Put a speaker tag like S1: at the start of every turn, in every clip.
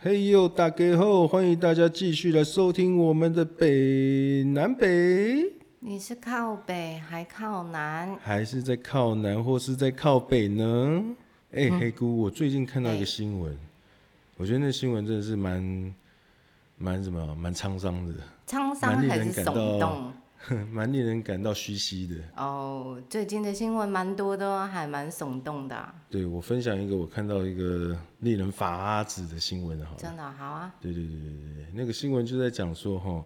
S1: 嘿呦，大家好，欢迎大家继续来收听我们的北南北，
S2: 你是靠北还靠南？
S1: 还是在靠南或是在靠北呢？哎、黑姑，我最近看到一个新闻，我觉得那新闻真的是蛮蛮什么，蛮沧桑的，
S2: 沧桑还是
S1: 蛮令人感
S2: 耸
S1: 到
S2: 动？
S1: 蛮令人感到唏嘘的。
S2: 哦，最近的新闻蛮多的哦，还蛮耸动的啊、
S1: 对我分享一个我看到一个令人发指的新闻，好了。
S2: 真的好啊。
S1: 对对对对对，那个新闻就在讲说哈，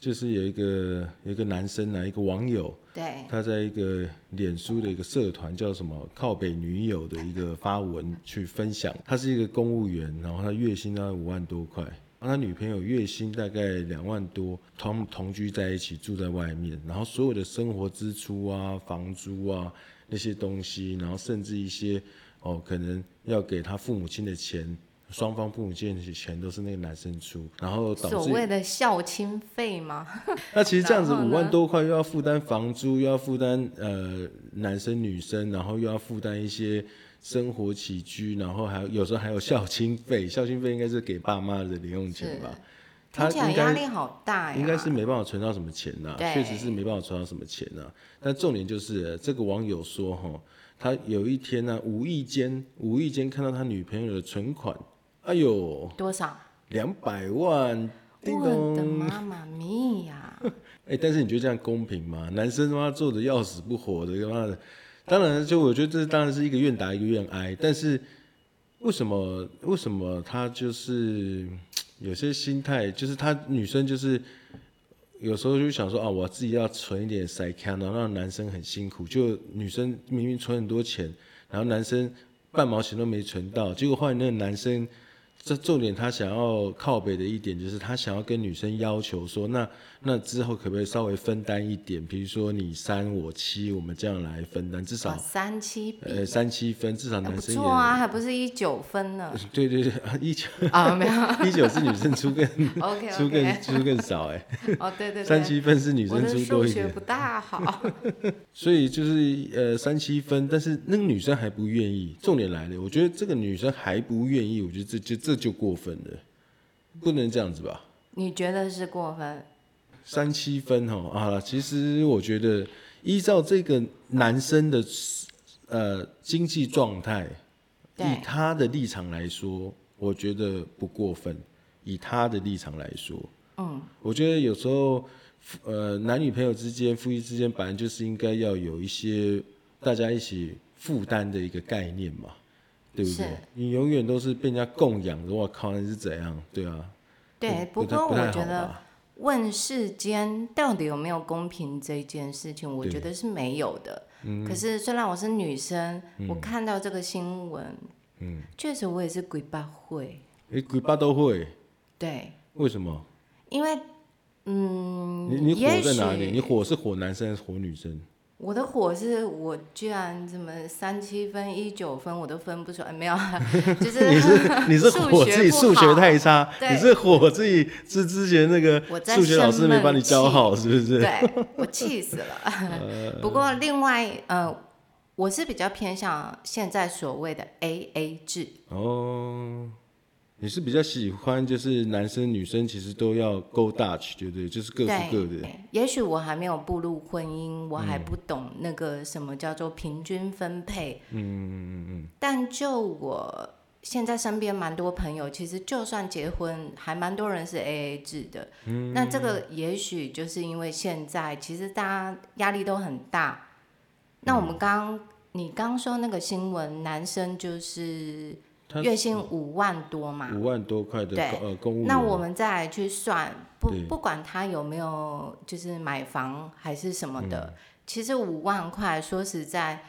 S1: 就是有一个有一个男生啊，一个网友，
S2: 对，
S1: 他在一个脸书的一个社团叫什么“靠北女友”的一个发文去分享，他是一个公务员，然后他月薪大概五万多块，然后他女朋友月薪大概两万多，同同居在一起住在外面，然后所有的生活支出啊、房租啊那些东西，然后甚至一些哦可能要给他父母亲的钱。双方父母亲的钱都是那个男生出，然后导致
S2: 所谓的孝亲费吗？
S1: 那其实这样子
S2: 然后
S1: 五
S2: 呢
S1: 万多块又要负担房租，又要负担呃男生女生，然后又要负担一些生活起居，然后还有有时候还有孝亲 费，孝亲费应该是给爸妈的零用钱吧。他
S2: 听起来
S1: 应
S2: 压
S1: 该
S2: 力好大呀。
S1: 应该是没办法存到什么钱呐、
S2: 对
S1: 确实是没办法存到什么钱呐、但重点就是呃这个网友说哈，他有一天呢、无意间无意间看到他女朋友的存款，哎呦，
S2: 多少？
S1: 两百万，叮
S2: 我
S1: 咚
S2: 的。妈妈咪呀！
S1: 哎、但是你觉得这样公平吗？男生他妈做的要死不活的，他妈的，当然就我觉得这当然是一个愿打一个愿挨，但是为什么为什么他就是嗯有些心态，就是他女生就是有时候就想说啊，我自己要存一点塞卡，然后让男生很辛苦，就女生明明存很多钱，然后男生半毛钱都没存到，结果后来那个男生。这重点，他想要靠北的一点就是，他想要跟女生要求说，那那之后可不可以稍微分担一点？比如说你三我七，我们这样来分担，至
S2: 哇
S1: 少
S2: 三七比，
S1: 呃三七分，至少
S2: 哎
S1: 男
S2: 不
S1: 生也、
S2: 错啊，还不是一九分呢。
S1: 对对对，啊一九
S2: 啊，没有
S1: 一九是女生出 更
S2: ，OK
S1: 出更
S2: OK。
S1: 出更少哎、
S2: 哦，对对
S1: 三
S2: 对，
S1: 七分是女
S2: 我
S1: 生
S2: 的
S1: 出
S2: 数
S1: 多一
S2: 学
S1: 点，
S2: 不大好。
S1: 所以就是呃三七分，但是那个女生还不愿意。重点来了，我觉得这个女生还不愿意，我觉得这这这就过分了，不能这样子吧。
S2: 你觉得是过分？
S1: 三七分哦，好了，其实我觉得依照这个男生的呃经济状态，以
S2: 对
S1: 他的立场来说，我觉得不过分。以他的立场来说，嗯，我觉得有时候呃男女朋友之间、夫妻之间，本来就是应该要有一些大家一起负担的一个概念嘛，对不
S2: 是
S1: 对？你永远都是被人家供养的，我靠，那是怎样？对啊，
S2: 对，
S1: 不
S2: 不
S1: 太
S2: 过
S1: 不太
S2: 我
S1: 好
S2: 觉得
S1: 吧
S2: 问世间到底有没有公平这件事情，我觉得是没有的。
S1: 嗯
S2: 可是虽然我是女生，我看到这个新闻，嗯，确实我也是鬼八会，
S1: 诶，鬼爸都会，
S2: 对，
S1: 为什么？
S2: 因为
S1: 你你火
S2: 嗯也
S1: 在哪里？
S2: 许
S1: 你火是火男生还是火女生？
S2: 我的火是我居然怎么三七分一九分我都分不出来，没有啊， 就是
S1: 你是你是火
S2: 数学
S1: 自己
S2: 不
S1: 数学
S2: 好
S1: 太差，
S2: 对
S1: 你是火自己是之前那个
S2: 我在
S1: 数学老师
S2: 生
S1: 没
S2: 闷
S1: 把你教
S2: 气
S1: 好，是不是？
S2: 对我气死了。不过另外呃，我是比较偏向现在所谓的 A A 制，
S1: 哦，你是比较喜欢就是男生女生其实都要 go Dutch，对不对？就是各付
S2: 对，
S1: 各的。
S2: 也许我还没有步入婚姻，我还不懂那个什么叫做平均分配。嗯嗯嗯嗯。但就我现在身边蛮多朋友，其实就算结婚，还蛮多人是 A A 制的。嗯。那这个也许就是因为现在其实大家压力都很大。那我们刚、你刚说那个新闻，男生就是
S1: 他
S2: 月薪五万多嘛？
S1: 五万多块的
S2: 对
S1: 公呃公务员，
S2: 那我们再来去算，不
S1: 对
S2: 不管他有没有就是买房还是什么
S1: 嗯
S2: 的，其实五万块，说实在，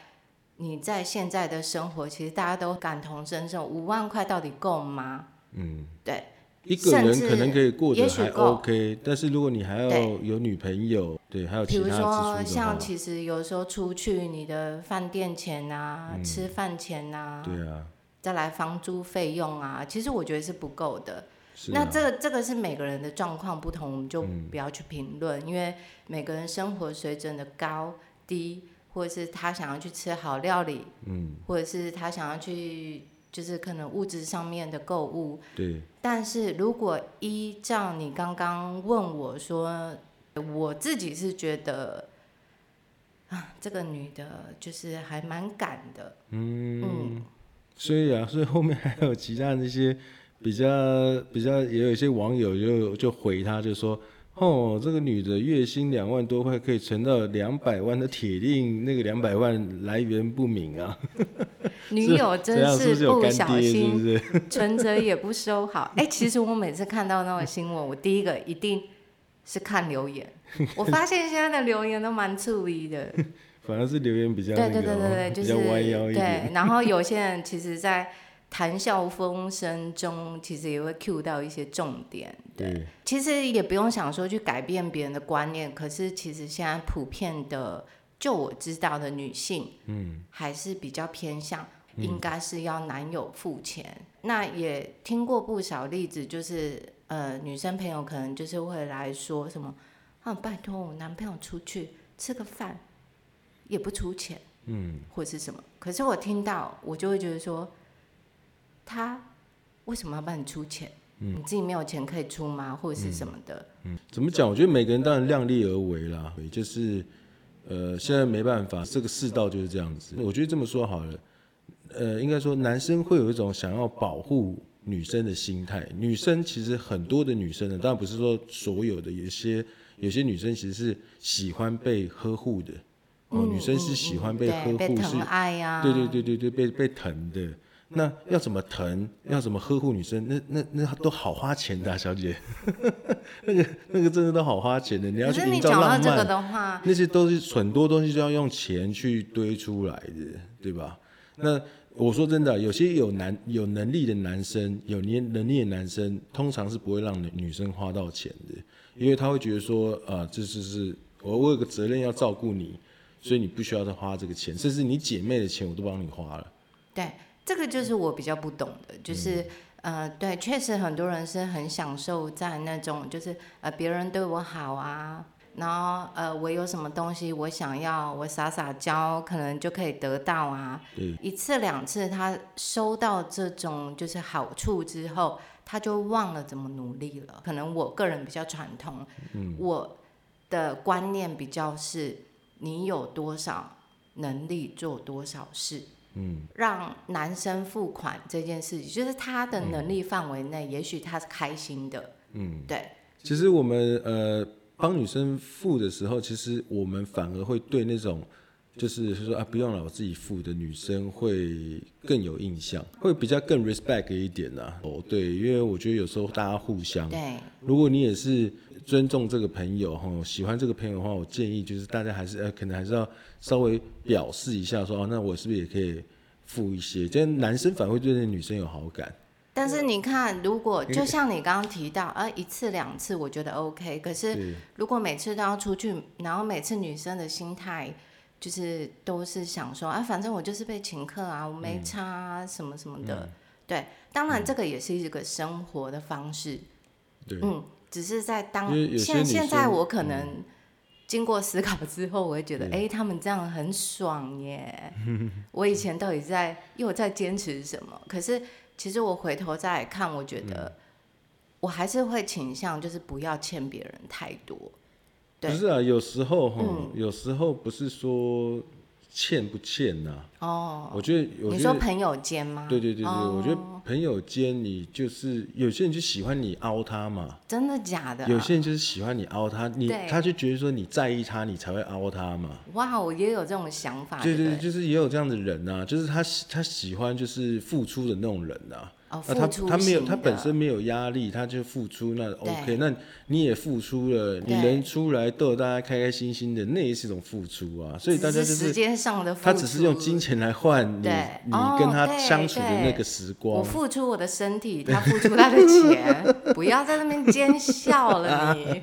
S2: 你在现在的生活，其实大家都感同身受，五万块到底够吗？
S1: 嗯，
S2: 对，
S1: 一个人
S2: 甚至
S1: 可能可以过得
S2: 也许
S1: 还
S2: 够
S1: OK，但是如果你还要
S2: 对
S1: 有女朋友，对，还有
S2: 比
S1: 其他
S2: 如
S1: 支出
S2: 说
S1: 的话
S2: 像，其实有时候出去，你的饭店钱啊、吃饭钱啊，
S1: 嗯对啊，
S2: 再来房租费用啊，其实我觉得是不够的。
S1: 是
S2: 那
S1: 啊，嗯
S2: 这个这个是每个人的状况不同，我们就不要去评论，因为每个人生活水准的高低，或者是他想要去吃好料理，
S1: 嗯。
S2: 或者是他想要去就是可能物质上面的购物。
S1: 对，
S2: 但是如果依照你刚刚问我说，我自己是觉得啊，这个女的就是还蛮敢的，
S1: 嗯，所以啊，所以后面还有其他那些比较 比较，也有一些网友就就回他，就说。哦，这个女的月薪两万多块，可以存到两百万的铁定，那个两百万来源不明啊！
S2: 女友
S1: 这
S2: 真
S1: 样是不是有
S2: 不
S1: 干
S2: 小
S1: 爹？是不
S2: 心
S1: 是？
S2: 存折也不收好。哎、其实我每次看到那种新闻，我第一个一定是看 留言。我发现现在的留言都蛮注意的，
S1: 反而是留言比较
S2: 对
S1: 那个、
S2: 对
S1: 哦，
S2: 对对对，就
S1: 比
S2: 是
S1: 较弯腰一点。
S2: 对。然后有些人其实，在谈笑风生中，其实也会 cue 到一些重点。
S1: 对，
S2: 其实也不用想说去改变别人的观念，可是其实现在普遍的，就我知道的女性，嗯，还是比较偏向应该是要男友付钱。那也听过不少例子，就是呃，女生朋友可能就是会来说什么啊，拜托我男朋友出去吃个饭也不出钱，嗯，或是什么。可是我听到我就会觉得说，他为什么要帮你出钱？
S1: 嗯
S2: 你自己没有钱可以出吗？或者是什么的？
S1: 怎么讲？我觉得每个人当然量力而为啦，也就是呃，现在没办法，这个世道就是这样子。我觉得这么说好了，呃，应该说男生会有一种想要保护女生的心态，女生其实很多的女生呢，当然不是说所有的，有些有些女生其实是喜欢被呵护的。哦，
S2: 嗯
S1: 女生是喜欢被
S2: 嗯
S1: 呵
S2: 嗯对被
S1: 护，是
S2: 疼爱呀、啊，
S1: 对对对对对，被被疼的。那要怎么疼，要怎么呵护女生，那那那都好花钱的、啊，小姐。 那个那个真的都好花钱的，你要
S2: 可
S1: 去
S2: 是
S1: 营
S2: 你
S1: 造
S2: 讲到
S1: 浪
S2: 这个
S1: 漫，
S2: 的话，
S1: 那些都是很多东西都要用钱去堆出来的，对吧？那我说真的，有些有男有能力的男生，有年能力的男生，通常是不会让女女生花到钱的，因为他会觉得说，啊、这是是我我有个责任要照顾你，所以你不需要再花这个钱，甚至你姐妹的钱我都帮你花了。
S2: 对这个就是我比较不懂的，就是、呃，对，确实很多人是很享受在那种就是呃别人对我好啊。然后，呃，我有什么东西我想要，我撒撒娇，可能就可以得到啊。
S1: 对
S2: 一次两次，他收到这种就是好处之后，他就忘了怎么努力了。可能我个人比较传统，我的观念比较是，你有多少能力做多少事。嗯，让男生付款这件事情，就是他的能力范围内，也许他是开心的。嗯，对，
S1: 其实我们呃帮女生付的时候，其实我们反而会对那种就是说啊不用了，我自己付的女生会更有印象，会比较更 respect 一点呐、哦，对，因为我觉得有时候大家互相，
S2: 对，
S1: 如果你也是尊重这个朋友哈，吼喜欢这个朋友的话，我建议就是大家还是呃，可能还是要稍微表示一下说，哦，那我是不是也可以付一些？这样男生反而会对那女生有好感。
S2: 但是你看，如果就像你刚刚提到，呃，一次两次我觉得 OK，可是如果每次都要出去，然后每次女生的心态就是都是想说，啊，反正我就是被请客啊，我没差、啊什么什么的。对，当然这个也是一个生活的方式，
S1: 对，
S2: 嗯，只是在当
S1: 因为有些
S2: 现
S1: 女
S2: 现在
S1: 生嗯
S2: 我可能经过思考之后，我会觉得，哎、他们这样很 爽耶。我以前到底在又在坚持什么？可是其实我回头再来看，我觉
S1: 嗯
S2: 得我还是会倾向就是不要欠别人太多。对嗯
S1: 不是啊，有时候哈，有时候不是说欠不欠呐、
S2: 哦，
S1: 我觉得，我
S2: 你
S1: 觉
S2: 说
S1: 得，
S2: 朋友间吗？
S1: 对对对对，
S2: 哦
S1: 我觉得朋友间你就是有些人就喜欢你凹他嘛，
S2: 真的假的、啊？
S1: 有些人就是喜欢你凹他，你
S2: 对
S1: 他就觉得说你在意他，你才会凹他嘛。
S2: 哇，我也有这种想法，
S1: 对
S2: 啊
S1: 对，
S2: 对不
S1: 对
S2: 对？
S1: 就是也有这样的人呐、就是他喜他喜欢就是付出的那种人呐、啊。
S2: 哦，
S1: 那
S2: 付
S1: 他
S2: 出
S1: 他没有，
S2: 型
S1: 他
S2: 的
S1: 本身没有压力，他就付出，那 OK，
S2: 对
S1: 那你也付出了，你
S2: 对
S1: 人出来逗大家开开心心的，那也是一种付出啊。所以大家就
S2: 只是时
S1: 是，
S2: 间上的付出，
S1: 他只是用金钱来换你
S2: 对
S1: 你
S2: 哦
S1: 跟他
S2: 对
S1: 相处的
S2: 对
S1: 那个时
S2: 我
S1: 光。
S2: 付出我的身体， 他付出他的钱， 不要在那边奸笑 了你。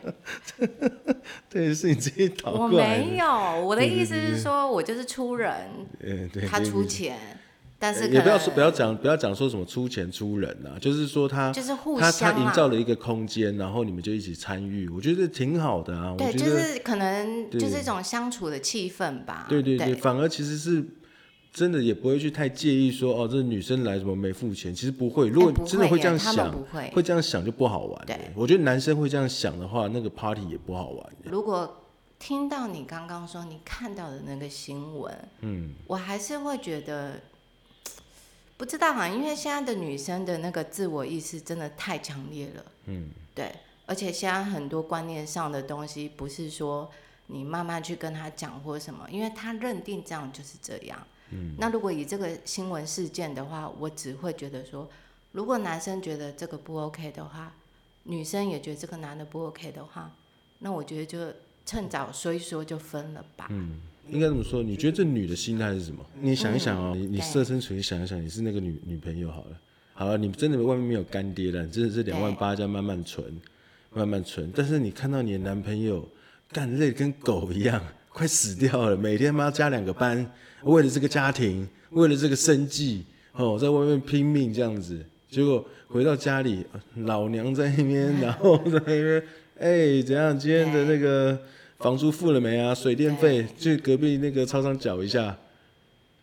S1: 对，是你自己倒
S2: 我
S1: 过来
S2: 没
S1: 的。
S2: 有，我的意思是说，我就是出人，
S1: 嗯，对，
S2: 他
S1: 对
S2: 出
S1: 对
S2: 钱，但是
S1: 也
S2: 可能
S1: 不要说不要讲不要讲说什么出钱出人啊，就是说他
S2: 就是互
S1: 他他
S2: 相啊
S1: 营
S2: 啦
S1: 造了一个空间，然后你们就一起参与，我觉得挺好的啊。我
S2: 对，
S1: 觉
S2: 就
S1: 得
S2: 是可能
S1: 对
S2: 就是一种相处的气氛吧。
S1: 对对
S2: 对
S1: 对，反而其实是真的也不会去太介意说哦，这女生来怎么没付钱？其实不会，如果
S2: 哎不
S1: 真的
S2: 会
S1: 这样
S2: 耶他
S1: 想
S2: 们，不会。
S1: 会这样想就不好玩
S2: 对
S1: 了。我觉得男生会这样想的话，那个 party 也不好玩。
S2: 如果听到你刚刚说你看到的那个新闻，嗯，我还是会觉得不知道啊，因为现在的女生的那个自我意识真的太强烈了，嗯，对，而且现在很多观念上的东西，不是说你慢慢去跟他讲或什么，因为他认定这样就是这样。嗯，那如果以这个新闻事件的话，我只会觉得说，如果男生觉得这个不 OK 的话，女生也觉得这个男的不 OK 的话，那我觉得就趁早说一说就分了吧。
S1: 嗯应该这么说，你觉得这女的心态是什么？你想一想哦，你你
S2: 对
S1: 设身处地想一想，你是那个女女朋友好了，好啊了，你真的外面没有干爹了，你真的是两万八这样慢慢存，慢慢存。但是你看到你的男朋友干累得跟狗一样，快死掉了，每天妈加两个班，为了这个家庭，为了这个生计，哦，在外面拼命这样子，结果回到家里，老娘在那边，然后在那边，哎，怎样？今天的那个房租付了没啊？水电费去隔壁那个超商缴一下。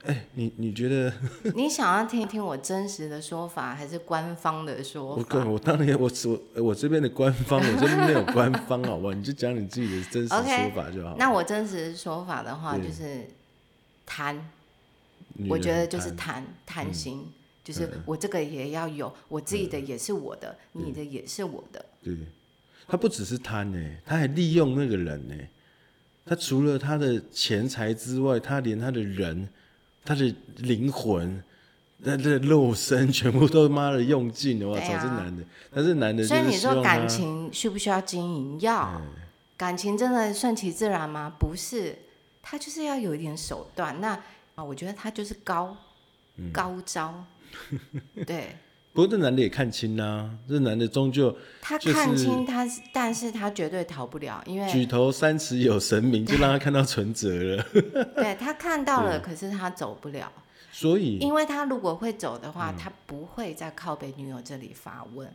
S1: 哎，你你觉得
S2: 你想要听听我真实的说法，还是官方的说
S1: 我
S2: 法
S1: 我当然我我我这边的官方， 我这边没有官方，好不好？你就讲你自己的真实说
S2: OK，
S1: 法就好。
S2: 那我真实说法的话，
S1: 对
S2: 就是贪，
S1: 女
S2: 我
S1: 人嗯
S2: 觉得
S1: 很
S2: 就是
S1: 贪
S2: 贪贪心，就是我这个也要有，我自己的
S1: 嗯
S2: 也是我的，你的也是我的。
S1: 对，他不只是贪呢、他还利用那个人呢、他除了他的钱财之外，他连他的人、他的灵魂、他的肉身，全部都妈的用尽了。我
S2: 对
S1: 操，
S2: 啊
S1: 这男的，但是男的就
S2: 所以
S1: 是
S2: 你
S1: 希望
S2: 说
S1: 他哎
S2: 感情需不需要经营？要，感情真的顺其自然吗？不是，他就是要有一点手段。那啊，我觉得他就是高、
S1: 嗯
S2: 高 招，对
S1: 不过这男的也看清啦、这男的终究
S2: 他
S1: 就是
S2: 看清他是，但是他绝对逃不了，因为
S1: 举头三尺有神 明，就让他看到存折了。
S2: 对他看到了，可是他走不了。
S1: 所以，
S2: 因为他如果会走的话，
S1: 嗯
S2: 他不会在靠北女友这里发问。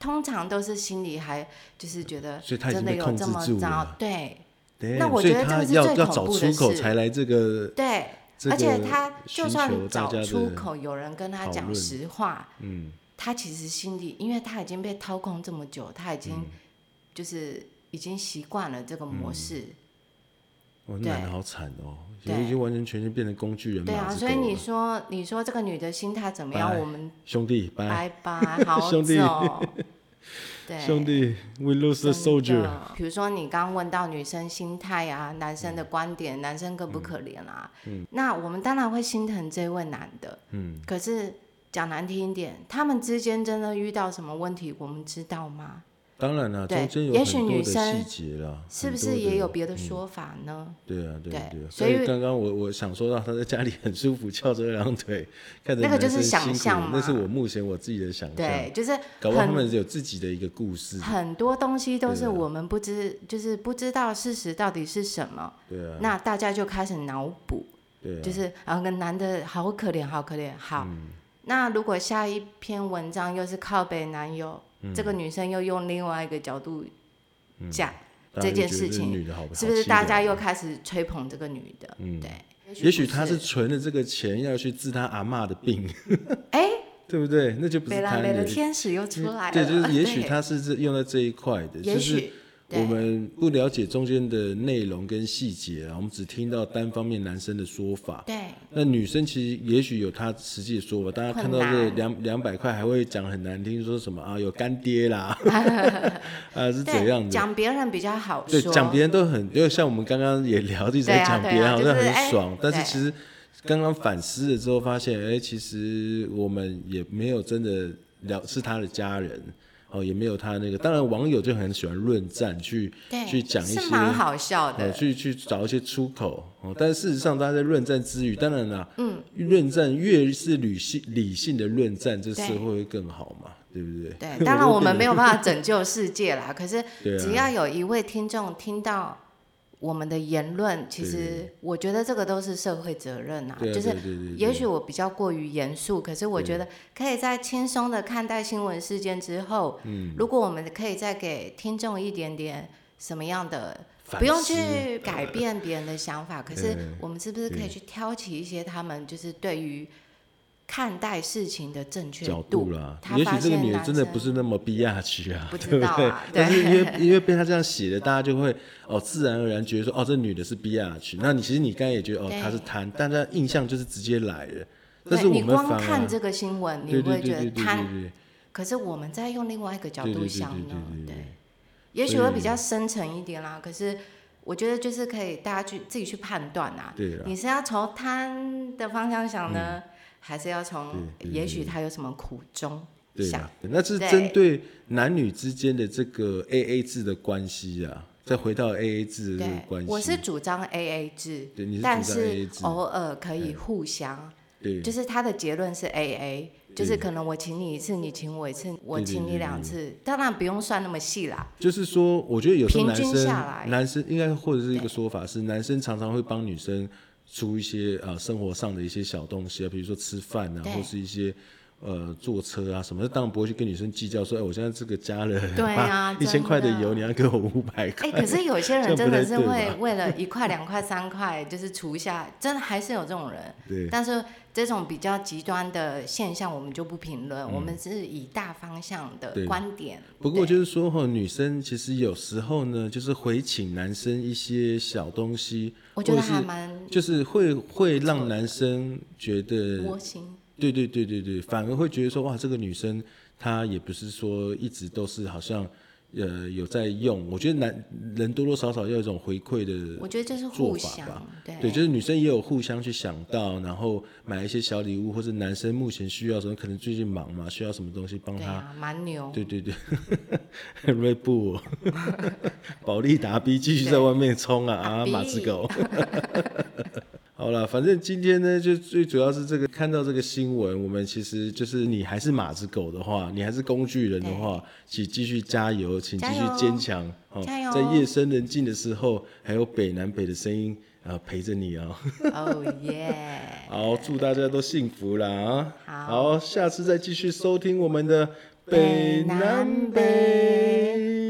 S2: 通常都是心里还就是觉得，
S1: 所以他已经
S2: 真的
S1: 被
S2: 有
S1: 控制
S2: 这么
S1: 住
S2: 糟
S1: 了，
S2: 对
S1: 对
S2: 那我
S1: 所以
S2: 觉得
S1: 他
S2: 这个是
S1: 要
S2: 最
S1: 要
S2: 恐
S1: 找
S2: 怖
S1: 出
S2: 的
S1: 口
S2: 事
S1: 才来这个，
S2: 对，
S1: 这
S2: 而且
S1: 个
S2: 他就
S1: 寻
S2: 算
S1: 求大
S2: 找
S1: 家的
S2: 出口，有人跟他
S1: 讨
S2: 讲
S1: 论
S2: 实话，
S1: 嗯。
S2: 他其实心里，因为他已经被掏空这么久，他已
S1: 嗯
S2: 经就是已经习惯了这个模式，
S1: 哇，那
S2: 对
S1: 男的好惨哦，
S2: 对
S1: 也已经完全全全变成工具人
S2: 对啊，
S1: 马子
S2: 所以
S1: 狗
S2: 你
S1: 了
S2: 说你说这个女的心态怎么样？
S1: 拜
S2: 我们
S1: 兄弟，拜
S2: 拜拜，好
S1: 哎 兄弟
S2: 走，哎对，哦
S1: 兄弟，we lose the
S2: 真
S1: soldier，
S2: 的比如说你刚刚问到女生心态啊，男生的观点，男生可不可怜啊？
S1: 嗯
S2: 那我们当然会心疼这位男的。嗯，可是讲难听一点，他们之间真的遇到什么问题，我们知道吗？
S1: 当然啦，
S2: 对
S1: 中间有
S2: 也
S1: 很
S2: 许
S1: 多
S2: 女
S1: 的
S2: 生
S1: 细节啦，
S2: 是
S1: 很
S2: 不
S1: 多
S2: 是
S1: 的
S2: 也有？别的说法呢？
S1: 对啊，对啊
S2: 对
S1: 对啊，
S2: 所以
S1: 刚刚我我想说到他在家里很舒服，翘着二郎腿，看着
S2: 那个就是
S1: 男生
S2: 想
S1: 辛苦
S2: 象
S1: 那
S2: 嘛
S1: 是我目前我自己的想象，
S2: 对，就是
S1: 搞不好他
S2: 很
S1: 们有自己的一个故事，
S2: 很多东西都
S1: 对
S2: 是
S1: 啊
S2: 我们不知，就是不知道事实到底是什么，
S1: 对啊，
S2: 那大家就开始脑补。
S1: 对啊，嗯
S2: 就是啊，个男的好可怜，好可怜。好，那如果下一篇文章又是靠北男友，
S1: 嗯
S2: 这个女生又用另外一个角度讲，
S1: 嗯大家
S2: 这件
S1: 就觉得
S2: 事情
S1: 女的好好
S2: 是不是
S1: 气
S2: 大
S1: 人
S2: 家又开始吹捧这个女的？对，
S1: 也许他
S2: 不
S1: 是存了这个钱要去治他阿嬷的病，
S2: 哎，
S1: 对不对？那就不
S2: 贝
S1: 是
S2: 拉
S1: 贪
S2: 贝
S1: 的，
S2: 的天使又出来了，
S1: 对， 就是也许
S2: 对，
S1: 他是这用在这一块的，
S2: 也
S1: 就是
S2: 许
S1: 我们不了解中间的内容跟细节啊，我们只听到单方面男生的说法。
S2: 对
S1: 那女生其实也许有她实际的说法，大家看到
S2: 困
S1: 这
S2: 难
S1: 两两百块还会讲很难听，说什么啊有干爹 啦， 啊是怎样
S2: 对，
S1: 的？
S2: 讲别人比较好
S1: 对，
S2: 说，
S1: 讲别人都很，因为像我们刚刚也聊，一直
S2: 对
S1: 在
S2: 啊
S1: 讲
S2: 对啊
S1: 别人好像
S2: 就是
S1: 很
S2: 哎
S1: 爽，但是
S2: 对
S1: 其实刚刚反思了之后，发现哎，其实我们也没有真的聊是他的家人。哦，也没有他那个，当然网友就很喜欢论战，去
S2: 对
S1: 去讲一些
S2: 是蛮好笑
S1: 呃，
S2: 的，
S1: 去去找一些出口哦。但事实上，大家在论战之余，当然啦，嗯，论战越是理性理性的论战，这
S2: 对
S1: 社会会更好嘛，对不对？
S2: 对，当然我们没有办法拯救世界啦，可是
S1: 对啊
S2: 只要有一位听众听到我们的言论，其实我觉得这个都是社会责任啊，
S1: 对啊，
S2: 就
S1: 对
S2: 是。
S1: 对对，
S2: 也许我比较过于严肃，可是我觉得可以在轻松的看待新闻事件之后，嗯，如果我们可以再给听众一点点什么样的
S1: 反
S2: 不用
S1: 思
S2: 去改变别人的想法，可是
S1: 对
S2: 我们是不是可
S1: 对
S2: 以去挑起一些他们就是对于看待事情的正确
S1: 角
S2: 度
S1: 度啦。
S2: 他
S1: 也
S2: 发
S1: 许这个
S2: 现
S1: 女的
S2: 男
S1: 真的
S2: 生
S1: 不是那么逼亚区啊，
S2: 不
S1: 对
S2: 知
S1: 不
S2: 道
S1: 对
S2: 啊？
S1: 但是
S2: 对
S1: 因 为因为被她这样写的，大家就会哦，自然而然觉得说哦，这女的是逼亚区。那你其实你刚才也觉得哦，
S2: 对
S1: 她是贪，大家印象就是直接来的。但
S2: 对
S1: 是我
S2: 你
S1: 们
S2: 光
S1: 反
S2: 看
S1: 而
S2: 这个新闻，你
S1: 对对对
S2: 会
S1: 对
S2: 觉得
S1: 对对
S2: 贪，
S1: 对
S2: 可是我们在用另外一个角
S1: 对对
S2: 度
S1: 对
S2: 想
S1: 对
S2: 呢
S1: 对对，对
S2: 对，也许
S1: 所
S2: 会
S1: 以
S2: 比较深沉一点啦。可是我觉得就是可以大家去自己去判断啊，
S1: 对啦
S2: 你是要从贪的方向想呢，还是要从
S1: 对对
S2: 也许他有什么苦衷
S1: 对
S2: 想？
S1: 啦，那是
S2: 对
S1: 针对男女之间的这个 A A 制的关系啊。再回到 A A 制的这个
S2: 对
S1: 关，系，啊
S2: 我是主张 AA 制
S1: 对你是，主张
S2: 但
S1: AA
S2: 是
S1: 制
S2: 偶尔可以互相，
S1: 对
S2: 就是他的结论是 AA，就是可能我请你一次，你请我一次，我请你两次，当然不用算那么细啦。
S1: 就是说，我觉得有时候男
S2: 平均下来
S1: 生，男生应该或者是一个说法是，男生常常会帮女生出一些呃生活上的一些小东西啊，比如说吃饭啊，
S2: 对
S1: 或是一些呃坐车啊什么的，当然不会去跟女生计较说，哎，我现在这个加了
S2: 对 啊
S1: 一千
S2: 真的
S1: 块的油，你要给我五百
S2: 哎、
S1: 块。
S2: 可是有些
S1: 这样
S2: 人
S1: 不
S2: 真
S1: 太
S2: 的是
S1: 对
S2: 会
S1: 吧
S2: 为了一块、两块、三块，就是除一下，真的还是有这种人。
S1: 对
S2: 但是这种比较极端的现象，我们就不评论，我们是以大方向
S1: 嗯对
S2: 的观点。
S1: 不过
S2: 对
S1: 就是说哈，女生其实有时候呢，就是回请男生一些小东西，
S2: 我觉得
S1: 或者是
S2: 还蛮
S1: 就是会会让男生觉得
S2: 窝心。
S1: 对对对对对，反而会觉得说哇，这个女生她也不是说一直都是好像呃有在用，我觉得男人多多少少要有一种回馈
S2: 我
S1: 的，
S2: 觉得就是
S1: 做
S2: 互
S1: 法
S2: 相
S1: 吧，
S2: 对
S1: 对，就是女生也有互相去想到，然后买一些小礼物，或者男生目前需要什么，可能最近忙嘛，需要什么东西帮
S2: 对
S1: 他。
S2: 啊，蛮牛。
S1: 对对对 ，Red Bull，保利达 B 继续在外面冲啊啊，
S2: 达 B
S1: 马子狗。 好了，反正今天呢，就最主要是这个看到这个新闻，我们其实就是你还是马子狗的话，你还是工具人的话，请继续加油，请继续
S2: 加油
S1: 坚强哦
S2: 加油
S1: 在夜深人静的时候，还有北南北的声音啊、陪着你哦。
S2: 哦耶！
S1: 好，祝大家都幸福啦啊！
S2: 好
S1: 下次再继续收听我们的
S2: 北
S1: 北南
S2: 南
S1: 北。